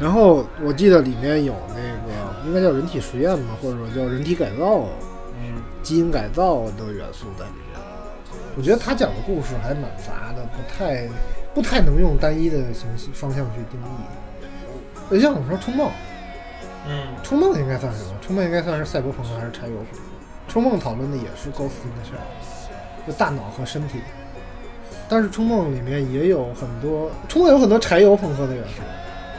Speaker 2: 然后我记得里面有那个应该叫人体实验吧，或者说叫人体改造、
Speaker 1: 嗯，
Speaker 2: 基因改造的元素在里面。我觉得他讲的故事还蛮杂的，不太不太能用单一的形式方向去定义。就像我说冲梦，
Speaker 1: 嗯，
Speaker 2: 冲梦应该算什么？冲梦应该算是赛博朋克还是柴油？冲梦讨论的也是 Ghost in the Shell，就大脑和身体。但是冲梦里面也有很多，冲梦有很多柴油朋克的元素，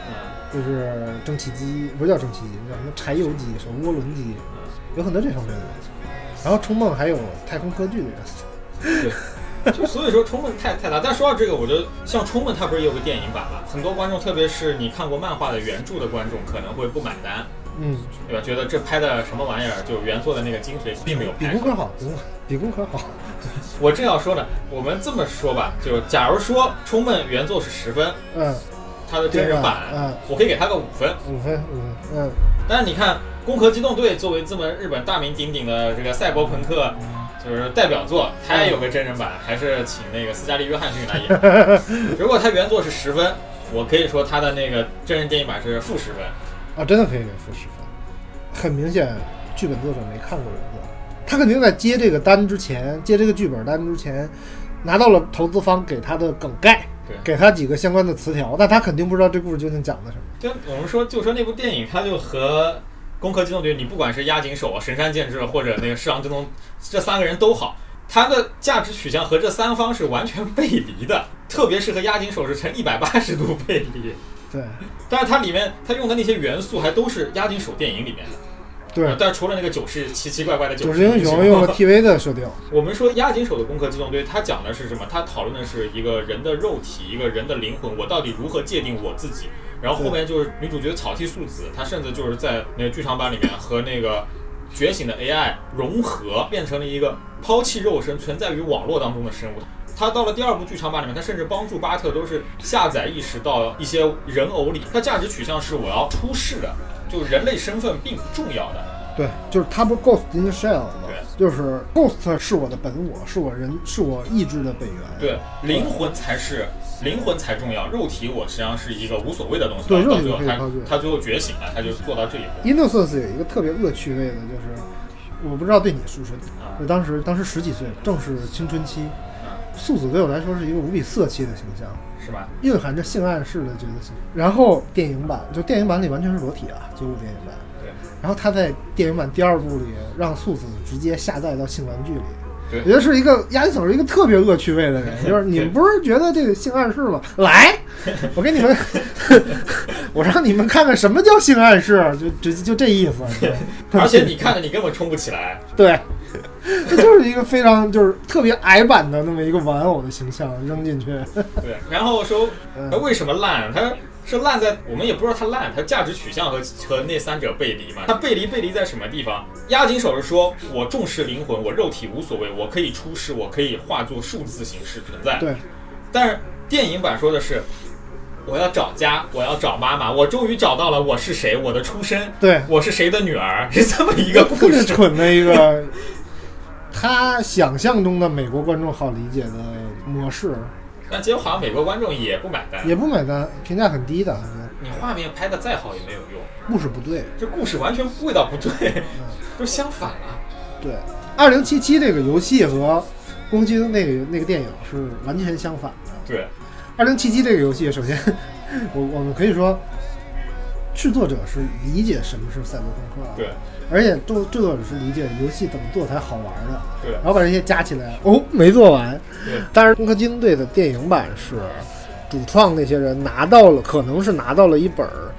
Speaker 1: 嗯，
Speaker 2: 就是蒸汽机，不是叫蒸汽机，叫什么柴油机、手涡轮机，有很多这方面的元素。然后冲梦还有太空科技的元素。
Speaker 1: 就所以说冲梦太太大。但说到这个，我觉得像冲梦它不是也有个电影版吗？很多观众，特别是你看过漫画的原著的观众，可能会不买单，
Speaker 2: 嗯，
Speaker 1: 对吧？觉得这拍的什么玩意儿，就原作的那个精髓并没有
Speaker 2: 比
Speaker 1: 拍
Speaker 2: 工
Speaker 1: 出来。
Speaker 2: 科好，比工比工科好。
Speaker 1: 我正要说呢，我们这么说吧，就假如说冲梦原作是十分，
Speaker 2: 嗯，
Speaker 1: 它的真人版，
Speaker 2: 嗯，
Speaker 1: 我可以给它个五分。
Speaker 2: 五分五分，嗯，
Speaker 1: 但是你看《攻壳机动队》作为这么日本大名鼎鼎的这个赛博朋克，就是代表作，它也有个真人版，还是请那个斯嘉丽·约翰逊来演。如果它原作是十分，我可以说它的那个真人电影版是负十分。
Speaker 2: 啊，真的可以给负十分。很明显，剧本作者没看过原作，他肯定在接这个单之前，接这个剧本单之前，拿到了投资方给他的梗概
Speaker 1: 对，
Speaker 2: 给他几个相关的词条，但他肯定不知道这故事究竟讲的什么。
Speaker 1: 就我们说，就说那部电影，它就和《攻壳机动队》，你不管是押井守、啊神山健治或者那个侍郎正宗，这三个人都好，它的价值取向和这三方是完全背离的，特别是和押井守是成一百八十度背离。
Speaker 2: 对，
Speaker 1: 但是它里面它用的那些元素还都是押井守电影里面的，
Speaker 2: 对，
Speaker 1: 但是除了那个九是奇奇怪怪的
Speaker 2: 九
Speaker 1: 九
Speaker 2: 十
Speaker 1: 十
Speaker 2: 英 雄用了 TV 的设定，
Speaker 1: 我们说押井守的《攻壳机动队》，它讲的是什么？它讨论的是一个人的肉体，一个人的灵魂，我到底如何界定我自己？然后后面就是女主角草剃素子，她甚至就是在那个剧场版里面和那个觉醒的 AI 融合，变成了一个抛弃肉身、存在于网络当中的生物。她到了第二部剧场版里面，她甚至帮助巴特都是下载意识到一些人偶里，她价值取向是我要出世的，就人类身份并不重要的。
Speaker 2: 对，就是他不是 Ghost in the Shell 吗
Speaker 1: 对？
Speaker 2: 就是 Ghost 是我的本我，是我人，是我意志的本源。
Speaker 1: 对，灵魂才是灵魂才重要，肉体我实际上是一个无所谓的东西。
Speaker 2: 对
Speaker 1: 到
Speaker 2: 肉体
Speaker 1: 最后
Speaker 2: 可以抛弃
Speaker 1: 他他最后觉醒了，他就做到这一步。
Speaker 2: Innocence 有一个特别恶趣味的，就是我不知道对你是不是，
Speaker 1: 啊
Speaker 2: 就当时当时十几岁，正是青春期，
Speaker 1: 啊，
Speaker 2: 素子对我来说是一个无比色气的形象，
Speaker 1: 是吧？
Speaker 2: 蕴含着性暗示的角色性。然后电影版就电影版里完全是裸体啊，九五电影版。
Speaker 1: 对，
Speaker 2: 然后他在电影版第二部里让素子直接下载到性玩具里。
Speaker 1: 对
Speaker 2: 我觉得是一个亚里手是一个特别恶趣味的人，就是你们不是觉得这个性暗示吗？来，我给你们， 我让你们看看什么叫性暗示，就直接就这意思。对
Speaker 1: 而且你看着你根本冲不起来。
Speaker 2: 对，这就是一个非常就是特别矮版的那么一个玩偶的形象扔进去。
Speaker 1: 对，然后说
Speaker 2: 嗯
Speaker 1: 他为什么烂？他是烂在我们也不知道他烂，他价值取向和和那三者背离嘛。他背离背离在什么地方？押井守是说我重视灵魂，我肉体无所谓，我可以出世，我可以化作数字形式存在。
Speaker 2: 对，
Speaker 1: 但是电影版说的是，我要找家，我要找妈妈，我终于找到了我是谁，我的出身，
Speaker 2: 对，
Speaker 1: 我是谁的女儿，是这么一个故
Speaker 2: 特别
Speaker 1: 事。
Speaker 2: 蠢的一个。他想象中的美国观众好理解的模式，
Speaker 1: 但结果好像美国观众也不买单，
Speaker 2: 也不买单，评价很低的，
Speaker 1: 你画面拍的再好也没有用，
Speaker 2: 故事不对。
Speaker 1: 这故事完全味道不对， 都相反了。
Speaker 2: 对，二零七七这个游戏和攻击的那个那个电影是完全相反的。
Speaker 1: 对，
Speaker 2: 二零七七这个游戏，首先 我我们可以说，制作者是理解什么是赛博朋克，
Speaker 1: 对，
Speaker 2: 而且制制作者是理解游戏怎么做才好玩的，
Speaker 1: 对
Speaker 2: 然后把这些加起来，哦，没做完
Speaker 1: 对。
Speaker 2: 当然，《攻壳机动队》的电影版是主创那些人拿到了，可能是拿到了一本儿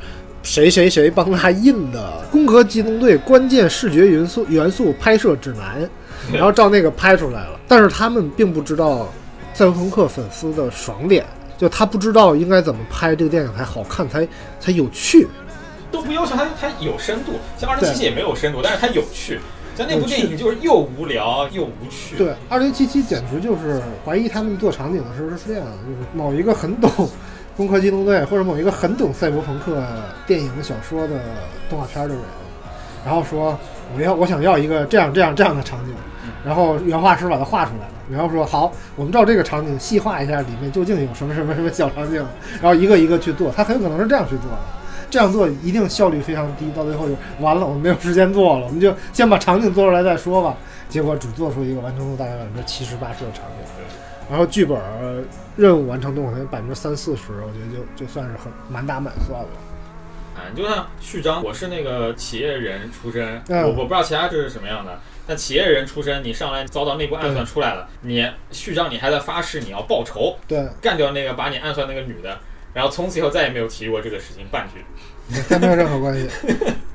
Speaker 2: 谁谁谁帮他印的《攻壳机动队》关键视觉元素元素拍摄指南，然后照那个拍出来了。但是他们并不知道赛博朋克粉丝的爽点，就他不知道应该怎么拍这个电影才好看，才才有趣。
Speaker 1: 都不要求它它有深度，像二零七七也没有深度，但是它有趣。像那部
Speaker 2: 有趣
Speaker 1: 电影就是又无聊又无趣。
Speaker 2: 对，二零七七简直就是怀疑他们做场景的时候是这样的，就是某一个很懂《攻壳机动队》或者某一个很懂赛博朋克电影小说的动画片的人，然后说我要我想要一个这样这样这样的场景，然后原画师把它画出来了，然后说好，我们照这个场景细化一下里面究竟有什么什么什么小场景，然后一个一个去做，他很有可能是这样去做的。这样做一定效率非常低，到最后就完了，我们没有时间做了，我们就先把场景做出来再说吧。结果只做出一个完成度大概百分之七十八十的场景，然后剧本儿任务完成度可能百分之三四十，我觉得就就算是很满打满算了。
Speaker 1: 啊，你就像序章，我是那个企业人出身，
Speaker 2: 嗯
Speaker 1: 我我不知道其他这是什么样的。但企业人出身，你上来遭到内部暗算出来了，你序章你还在发誓你要报仇，
Speaker 2: 对，
Speaker 1: 干掉那个把你暗算那个女的，然后从此以后再也没有提过这个事情半句。
Speaker 2: 它没有任何关系。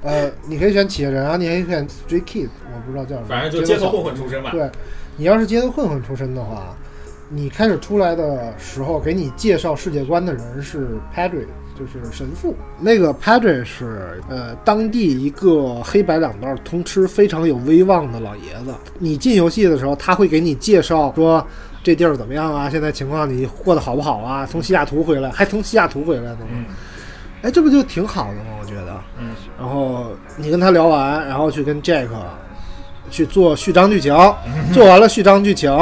Speaker 2: 呃，你可以选企业人，然后你也可以选 Street Kid，我不知道叫什么，
Speaker 1: 反正就街头
Speaker 2: 小
Speaker 1: 混混出身吧。
Speaker 2: 嗯对，你要是街头混混出身的话，你开始出来的时候，给你介绍世界观的人是 Padre，就是神父。那个 Padre 是呃当地一个黑白两道通吃非常有威望的老爷子。你进游戏的时候，他会给你介绍说。这地儿怎么样啊？现在情况你过得好不好啊？从西雅图回来，还从西雅图回来呢吗？
Speaker 1: 嗯
Speaker 2: 哎，这不就挺好的吗？我觉得。
Speaker 1: 嗯，
Speaker 2: 然后你跟他聊完，然后去跟 Jack 去做序章剧情，做完了序章剧情，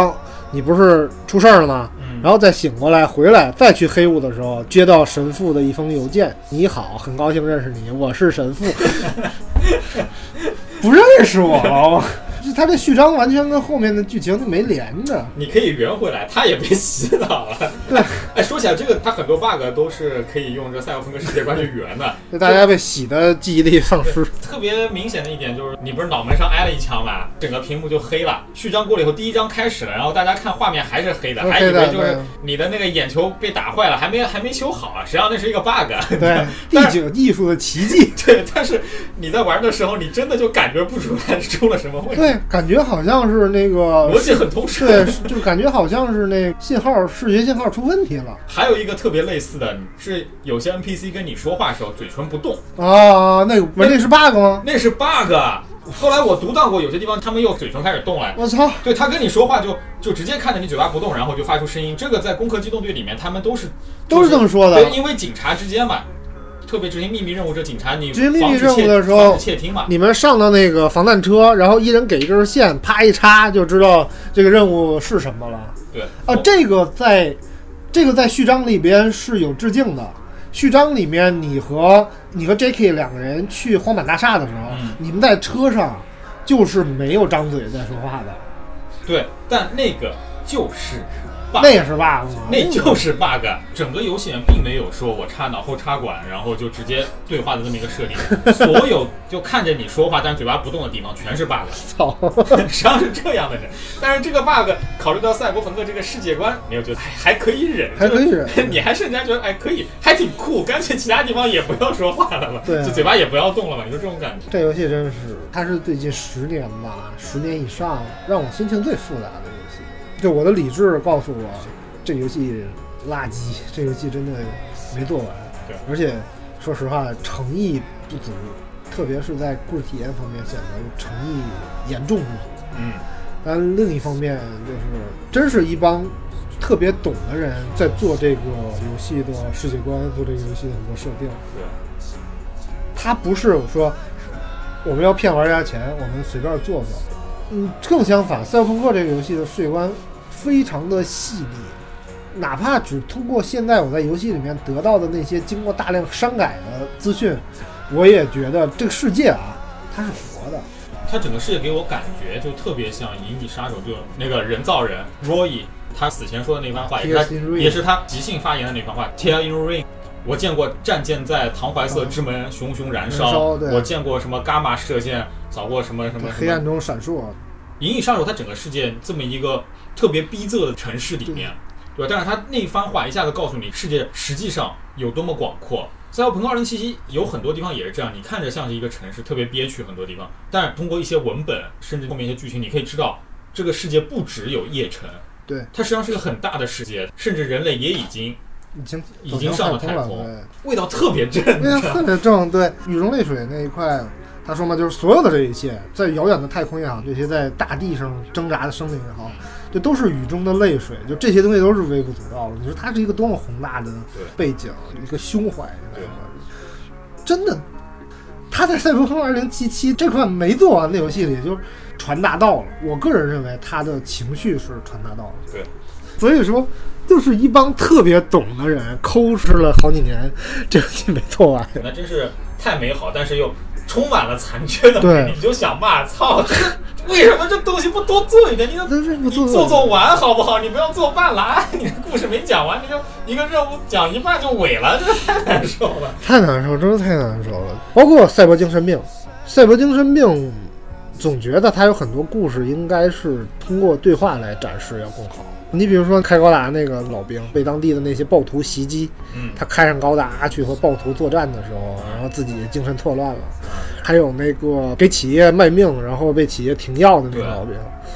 Speaker 2: 你不是出事儿了吗？
Speaker 1: 嗯
Speaker 2: 然后再醒过来，回来再去黑雾的时候，接到神父的一封邮件：“你好，很高兴认识你，我是神父。” 不认识我了，就他这序章完全跟后面的剧情就没连着。
Speaker 1: 你可以圆回来，他也被 洗脑了。
Speaker 2: 对，
Speaker 1: 哎，说起来这个，他很多 bug 都是可以用这赛博朋克世界观去圆的。
Speaker 2: 就大家被洗的记忆力丧失，
Speaker 1: 特别明显的一点就是，你不是脑门上挨了一枪嘛，整个屏幕就黑了。序章过了以后，第一章开始了，然后大家看画面还是黑的，哎
Speaker 2: 都
Speaker 1: 还以
Speaker 2: 是黑的
Speaker 1: 为就
Speaker 2: 对
Speaker 1: 是你的那个眼球被打坏了，还没还没修好啊，实际上那是一个 bug。
Speaker 2: 对第九艺术的奇迹，
Speaker 1: 对，但是你在玩的时候，你真的就感觉不出来是出了什么问题，
Speaker 2: 对，感觉好像是那个
Speaker 1: 逻辑很通顺。
Speaker 2: 对，是就感觉好像是那信号视觉信号出问题了
Speaker 1: 还有一个特别类似的是，有些 NPC 跟你说话的时候嘴唇不动，
Speaker 2: 啊！那个不是那是 bug 吗？
Speaker 1: 那是 bug。后来我读到过，有些地方他们又嘴唇开始动了，
Speaker 2: 我操！
Speaker 1: 对他跟你说话就就直接看着你嘴巴不动，然后就发出声音。这个在《攻壳机动队》里面，他们都是
Speaker 2: 都是这么说的
Speaker 1: 对，因为警察之间嘛，特别执行秘密任务，这警察你
Speaker 2: 执行秘
Speaker 1: 防
Speaker 2: 密
Speaker 1: 止
Speaker 2: 任务
Speaker 1: 窃
Speaker 2: 的时候
Speaker 1: 防止窃听嘛，
Speaker 2: 你们上到那个防弹车，然后一人给一根线，啪一插就知道这个任务是什么了
Speaker 1: 对
Speaker 2: 啊！这个在这个在序章里边是有致敬的。序章里面，你和你和 Jacky 两个人去荒坂大厦的时候，
Speaker 1: 嗯
Speaker 2: 你们在车上就是没有张嘴在说话的，
Speaker 1: 对，但那个就是 bug，
Speaker 2: 那也是 bug 吗？
Speaker 1: 那就是 bug。整个游戏里面并没有说我插脑后插管，然后就直接对话的这么一个设定，所有就看着你说话但嘴巴不动的地方全是 bug。
Speaker 2: 操！
Speaker 1: 实际上是这样的人，但是这个 bug 考虑到赛博朋克这个世界观，你又觉得哎还还可以忍，
Speaker 2: 还可以
Speaker 1: 就是
Speaker 2: 忍
Speaker 1: 你还甚至还觉得哎可以，还挺酷，干脆其他地方也不要说话了吧，
Speaker 2: 对啊
Speaker 1: 就嘴巴也不要动了吧，你说这种感觉。
Speaker 2: 这游戏真是，它是最近十年吧，十年以上让我心情最复杂的游戏。就我的理智告诉我，这游戏垃圾，这游戏真的没做完。
Speaker 1: 对
Speaker 2: 而且说实话，诚意不足，特别是在故事体验方面显得诚意严重不足。
Speaker 1: 嗯，
Speaker 2: 但另一方面，就是真是一帮特别懂的人在做这个游戏的世界观，做这个游戏的很多设定。
Speaker 1: 对，
Speaker 2: 它不是说我们要骗玩家钱，我们随便做做，嗯，更相反，《赛博朋克》这个游戏的世界观非常的细腻，哪怕只通过现在我在游戏里面得到的那些经过大量删改的资讯，我也觉得这个世界啊，它是活的。
Speaker 1: 它整个世界给我感觉就特别像《银翼杀手》，就那个人造人 Roy，他死前说的那番话，也是
Speaker 2: Tears in
Speaker 1: 他
Speaker 2: Rain
Speaker 1: 也是他即兴发言的那番话，Tear in Rain。我见过战舰在唐怀瑟之门熊熊燃
Speaker 2: 嗯燃
Speaker 1: 烧，
Speaker 2: 烧对
Speaker 1: 我见过什么伽马射线扫过什么什么
Speaker 2: 在
Speaker 1: 什
Speaker 2: 黑
Speaker 1: 么
Speaker 2: 暗中闪烁，
Speaker 1: 《银翼杀手》它整个世界这么一个特别逼仄的城市里面，对吧？但是它那一番话一下子告诉你，世界实际上有多么广阔。赛博朋克二零七七有很多地方也是这样，你看着像是一个城市，特别憋屈，很多地方，但是通过一些文本，甚至后面一些剧情，你可以知道，这个世界不只有夜城，
Speaker 2: 对，
Speaker 1: 它实际上是个很大的世界，甚至人类也已经
Speaker 2: 已经
Speaker 1: 已
Speaker 2: 走
Speaker 1: 经
Speaker 2: 向
Speaker 1: 上了
Speaker 2: 太
Speaker 1: 太
Speaker 2: 了，
Speaker 1: 空
Speaker 2: 对。
Speaker 1: 味道特别正。
Speaker 2: 因为特别正，对雨中泪水那一块，他说嘛，就是所有的这一切，在遥远的太空也好，这些在大地上挣扎的生灵也好，这都是雨中的泪水，就这些东西都是微不足道的。你说它是一个多么宏大的
Speaker 1: 对
Speaker 2: 背景，一个胸怀，
Speaker 1: 对
Speaker 2: 真的，他在《赛博朋克2077》这块没做完的游戏里就传达到了。我个人认为他的情绪是传达到了，
Speaker 1: 对，
Speaker 2: 所以说。就是一帮特别懂的人抠吃了好几年，这游戏没做 完。
Speaker 1: 那真是太美好，但是又充满了残缺的美，
Speaker 2: 对
Speaker 1: 你就想骂，操，这为什么这东西不多做一点？你要
Speaker 2: 但是不
Speaker 1: 你
Speaker 2: 做
Speaker 1: 做做完好不好？你不要做半拉， 你的故事没讲完，你就一个任务讲一半就萎了，这个太难受了。
Speaker 2: 太难受，真是太难受了。包括赛博精神病，赛博精神病，总觉得它有很多故事应该是通过对话来展示要更好。你比如说开高达那个老兵被当地的那些暴徒袭击，
Speaker 1: 嗯，
Speaker 2: 他开上高达去和暴徒作战的时候，然后自己精神错乱了。还有那个给企业卖命，然后被企业停药的那个老兵，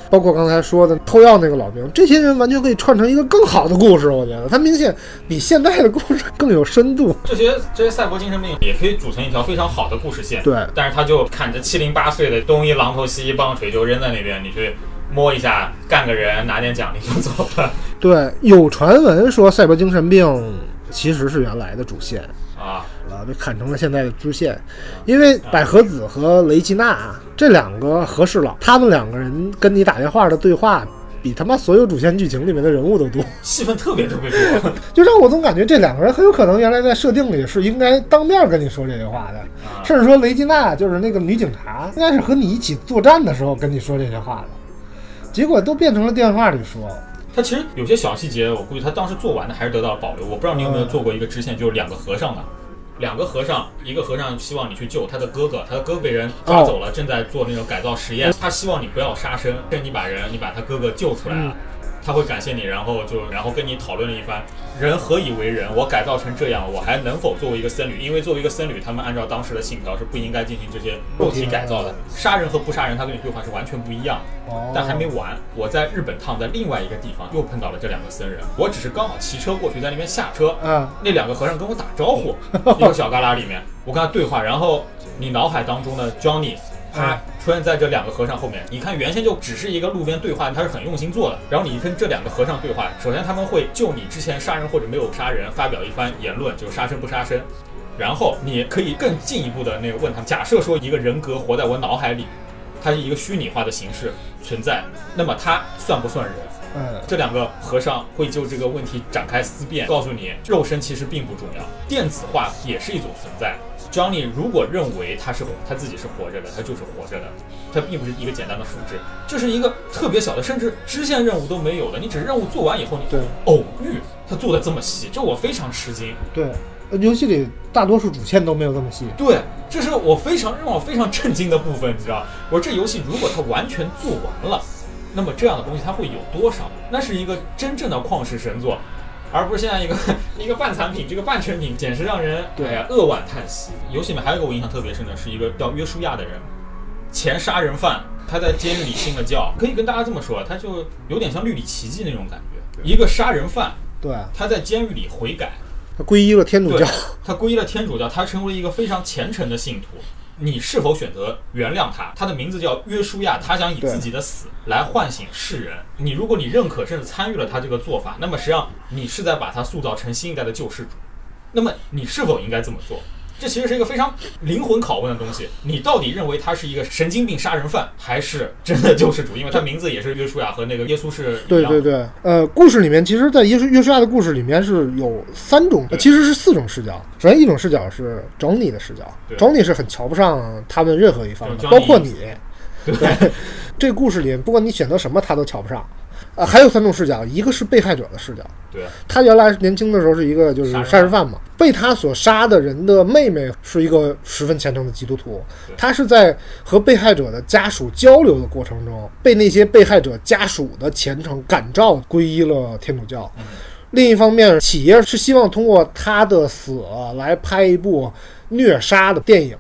Speaker 2: 包括刚才说的偷药那个老兵，这些人完全可以串成一个更好的故事。我觉得他明显比现在的故事更有深度。
Speaker 1: 这些这些赛博精神病也可以组成一条非常好的故事线，
Speaker 2: 对，
Speaker 1: 但是他就砍着七零八碎的东一榔头西一棒槌就扔在那边，你去摸一下，干个人，拿点奖励就走了
Speaker 2: 对，有传闻说赛博精神
Speaker 1: 嗯
Speaker 2: 病其实是原来的主线，
Speaker 1: 啊。
Speaker 2: 啊，被砍成了现在的支线，因为百合子和雷吉娜这两个和事佬，他们两个人跟你打电话的对话，比他妈所有主线剧情里面的人物都多，
Speaker 1: 戏份特别特别多
Speaker 2: 就让我总感觉这两个人很有可能原来在设定里是应该当面跟你说这些话的，
Speaker 1: 啊，
Speaker 2: 甚至说雷吉娜就是那个女警察，应该是和你一起作战的时候跟你说这些话的，结果都变成了电话里说。
Speaker 1: 他其实有些小细节，我估计他当时做完的还是得到了保留。我不知道你有没有做过一个支线，就是两个和尚的，两个和尚，一个和尚希望你去救他的哥哥，他的哥哥被人抓走了，正在做那种改造实验，他希望你不要杀生，但你把人，你把他哥哥救出来了。他会感谢你，然后就然后跟你讨论了一番，人何以为人？我改造成这样，我还能否作为一个僧侣？因为作为一个僧侣，他们按照当时的信条是不应该进行这些肉体改造的。杀人和不杀人，他跟你对话是完全不一样的。
Speaker 2: 哦
Speaker 1: 但还没完，我在日本趟的另外一个地方又碰到了这两个僧人，我只是刚好骑车过去，在那边下车，
Speaker 2: 嗯，
Speaker 1: 那两个和尚跟我打招呼，一个小旮旯里面，我跟他对话，然后你脑海当中的 Johnny。他出现在这两个和尚后面，你看原先就只是一个路边对话，他是很用心做的。然后你跟这两个和尚对话，首先他们会就你之前杀人或者没有杀人发表一番言论，就是杀生不杀生。然后你可以更进一步的那个问他，假设说一个人格活在我脑海里，它是一个虚拟化的形式存在，那么它算不算人？
Speaker 2: 嗯，
Speaker 1: 这两个和尚会就这个问题展开思辨，告诉你肉身其实并不重要，电子化也是一种存在。Johnny 如果认为他是他自己是活着的，他就是活着的，他并不是一个简单的复制，这是一个特别小的，甚至支线任务都没有的。你只是任务做完以后，你
Speaker 2: 对
Speaker 1: 偶遇他做的这么细，这我非常吃惊。
Speaker 2: 对，呃游戏里大多数主线都没有这么细。
Speaker 1: 对，这是我非常让我非常震惊的部分，你知道？我说这游戏如果它完全做完了，那么这样的东西它会有多少？那是一个真正的旷世神作，而不是现在一个 一个半残品，这个半成品，简直让人
Speaker 2: 对
Speaker 1: 哎呀扼腕叹息。游戏里面还有一个我印象特别深的是一个叫约书亚的人，前杀人犯，他在监狱里信了教，可以跟大家这么说，啊他就有点像《绿里奇迹》那种感觉，一个杀人犯
Speaker 2: 对，
Speaker 1: 他在监狱里悔改。
Speaker 2: 他皈依了天主
Speaker 1: 对
Speaker 2: 教。
Speaker 1: 他皈依了天主教，他成为了一个非常虔诚的信徒。你是否选择原谅他？他的名字叫约书亚，他想以
Speaker 2: 对
Speaker 1: 自己的死来唤醒世人。你如果你认可甚至参与了他这个做法，那么实际上你是在把他塑造成新一代的救世主。那么你是否应该这么做？这其实是一个非常灵魂拷问的东西。你到底认为他是一个神经病杀人犯，还是真的救世主？因为他名字也是约书亚和那个耶稣是一
Speaker 2: 对
Speaker 1: 样
Speaker 2: 对
Speaker 1: 的。
Speaker 2: 对，呃，故事里面其实，在耶稣约书亚的故事里面是有三种，呃
Speaker 1: 对
Speaker 2: 其实是四种视角。首先一种视角是 Johnny 的视角
Speaker 1: 对
Speaker 2: ，Johnny 是很瞧不上他们任何一方的，
Speaker 1: 就 Johnny
Speaker 2: 包括你。
Speaker 1: 对
Speaker 2: 这个故事里，不管你选择什么，他都瞧不上。呃，还有三种视角，一个是被害者的视角，
Speaker 1: 对啊
Speaker 2: 他原来年轻的时候是一个就是
Speaker 1: 杀人犯
Speaker 2: 杀人犯嘛，被他所杀的人的妹妹是一个十分虔诚的基督徒
Speaker 1: 对，
Speaker 2: 他是在和被害者的家属交流的过程中，被那些被害者家属的虔诚感召皈依了天主教。
Speaker 1: 嗯
Speaker 2: 另一方面，企业是希望通过他的死来拍一部虐杀的电影。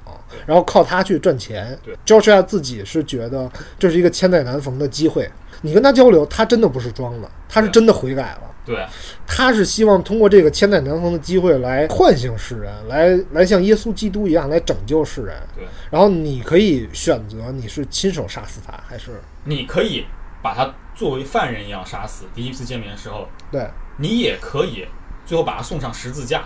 Speaker 2: 然后靠他去赚钱。
Speaker 1: 对
Speaker 2: j o s h u 自己是觉得这是一个千载难逢的机会。你跟他交流，他真的不是装的，他是
Speaker 1: 对
Speaker 2: 真的悔改了。
Speaker 1: 对
Speaker 2: 他是希望通过这个千载难逢的机会来唤醒世人，来来像耶稣基督一样来拯救世人。
Speaker 1: 对，
Speaker 2: 然后你可以选择你是亲手杀死他，还是
Speaker 1: 你可以把他作为犯人一样杀死。第一次见面的时候，
Speaker 2: 对
Speaker 1: 你也可以最后把他送上十字架，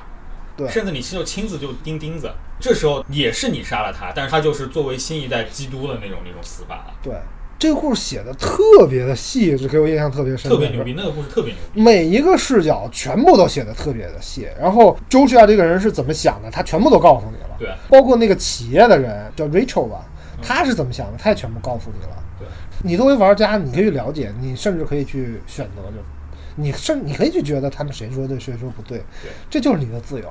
Speaker 2: 对
Speaker 1: 甚至你亲手亲自就钉钉子。这时候也是你杀了他，但是他就是作为新一代基督的那种那种死法了，
Speaker 2: 对。这个故事写的特别的细，就给我印象特别深，
Speaker 1: 特别牛逼。那个故事特别牛逼。
Speaker 2: 每一个视角全部都写的特别的细，然后周志亚这个人是怎么想的，他全部都告诉你了。
Speaker 1: 对，嗯
Speaker 2: 包括那个企业的人叫 Rachel 吧，他是怎么想的，他也全部告诉你了。
Speaker 1: 对，
Speaker 2: 你作为玩家，你可以去了解，你甚至可以去选择，就你甚你可以去觉得他们谁说对，谁说不对，
Speaker 1: 对
Speaker 2: 这就是你的自由。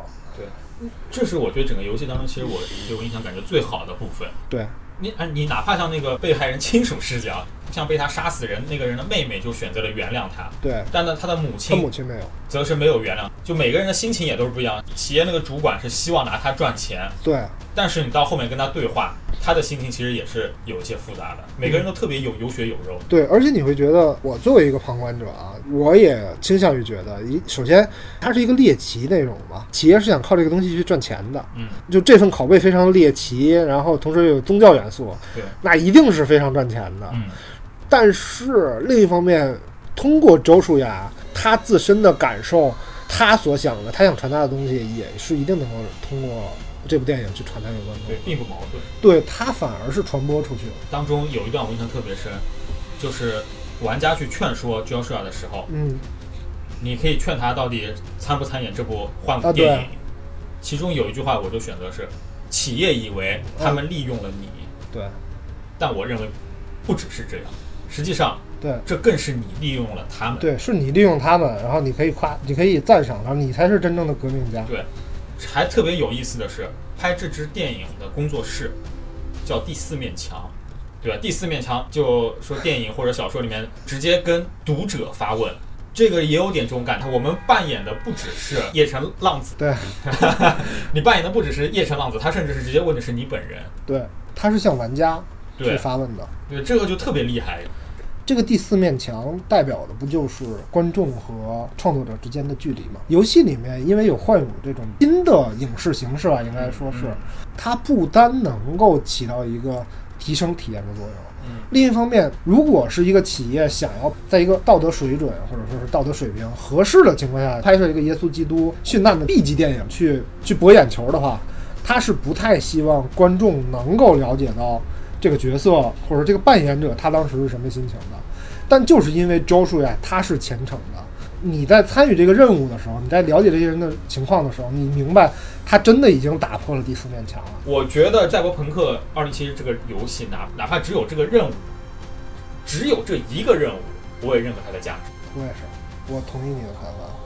Speaker 1: 这是我对整个游戏当中，其实我给我印象感觉最好的部分。
Speaker 2: 对
Speaker 1: 你啊，你哪怕像那个被害人亲属视角，像被他杀死人那个人的妹妹就选择了原谅他，
Speaker 2: 对，
Speaker 1: 但呢，他的母
Speaker 2: 他
Speaker 1: 亲
Speaker 2: 母亲没有。
Speaker 1: 则是没有原谅。就每个人的心情也都是不一样。企业那个主管是希望拿他赚钱，
Speaker 2: 对
Speaker 1: 但是你到后面跟他对话，他的心情其实也是有一些复杂的。每个人都特别有有血有肉，
Speaker 2: 对，而且你会觉得，我作为一个旁观者啊，我也倾向于觉得，一首先它是一个猎奇内容嘛，企业是想靠这个东西去赚钱的，
Speaker 1: 嗯，
Speaker 2: 就这份拷贝非常猎奇，然后同时又有宗教元素，
Speaker 1: 对，
Speaker 2: 那一定是非常赚钱的。
Speaker 1: 嗯，
Speaker 2: 但是另一方面，通过周树亚他自身的感受，他所想的，他想传达的东西，也是一定能够通过这部电影去传达给观众
Speaker 1: 对。，并不矛盾。
Speaker 2: 对他反而是传播出去了。
Speaker 1: 当中有一段我印象特别深，就是玩家去劝说 Joshua 的时候，
Speaker 2: 嗯，
Speaker 1: 你可以劝他到底参不参演这部幻
Speaker 2: 啊
Speaker 1: 舞
Speaker 2: 对
Speaker 1: 电影。其中有一句话我就选择是：企业以为他们利用了你，
Speaker 2: 对
Speaker 1: 但我认为不只是这样，实际上
Speaker 2: 对
Speaker 1: 这更是你利用了他们。
Speaker 2: 对，是你利用他们，然后你可以夸，你可以赞赏他们，你才是真正的革命家。
Speaker 1: 对还特别有意思的是，拍这支电影的工作室叫第四面墙，对吧？第四面墙就说电影或者小说里面直接跟读者发问，这个也有点这种感觉。我们扮演的不只是叶城浪子，
Speaker 2: 对
Speaker 1: 你扮演的不只是叶城浪子，他甚至是直接问的是你本人。
Speaker 2: 对，他是向玩家去
Speaker 1: 对
Speaker 2: 发问的。
Speaker 1: 对，这个就特别厉害。
Speaker 2: 这个第四面墙代表的不就是观众和创作者之间的距离吗？游戏里面因为有幻舞这种新的影视形式啊，应该说是
Speaker 1: 嗯，
Speaker 2: 它不单能够起到一个提升体验的作用。
Speaker 1: 嗯
Speaker 2: 另一方面，如果是一个企业想要在一个道德水准或者说是道德水平合适的情况下拍摄一个耶稣基督殉难的 B 级电影去去博眼球的话，他是不太希望观众能够了解到这个角色或者这个扮演者他当时是什么心情的。但就是因为周树呀，他是虔诚的。你在参与这个任务的时候，你在了解这些人的情况的时候，你明白他真的已经打破了第四面墙了。
Speaker 1: 我觉得《赛博朋克2077》这个游戏，哪哪怕只有这个任务，只有这一个任务，我也认可它的价值。
Speaker 2: 我也是，我同意你的看法。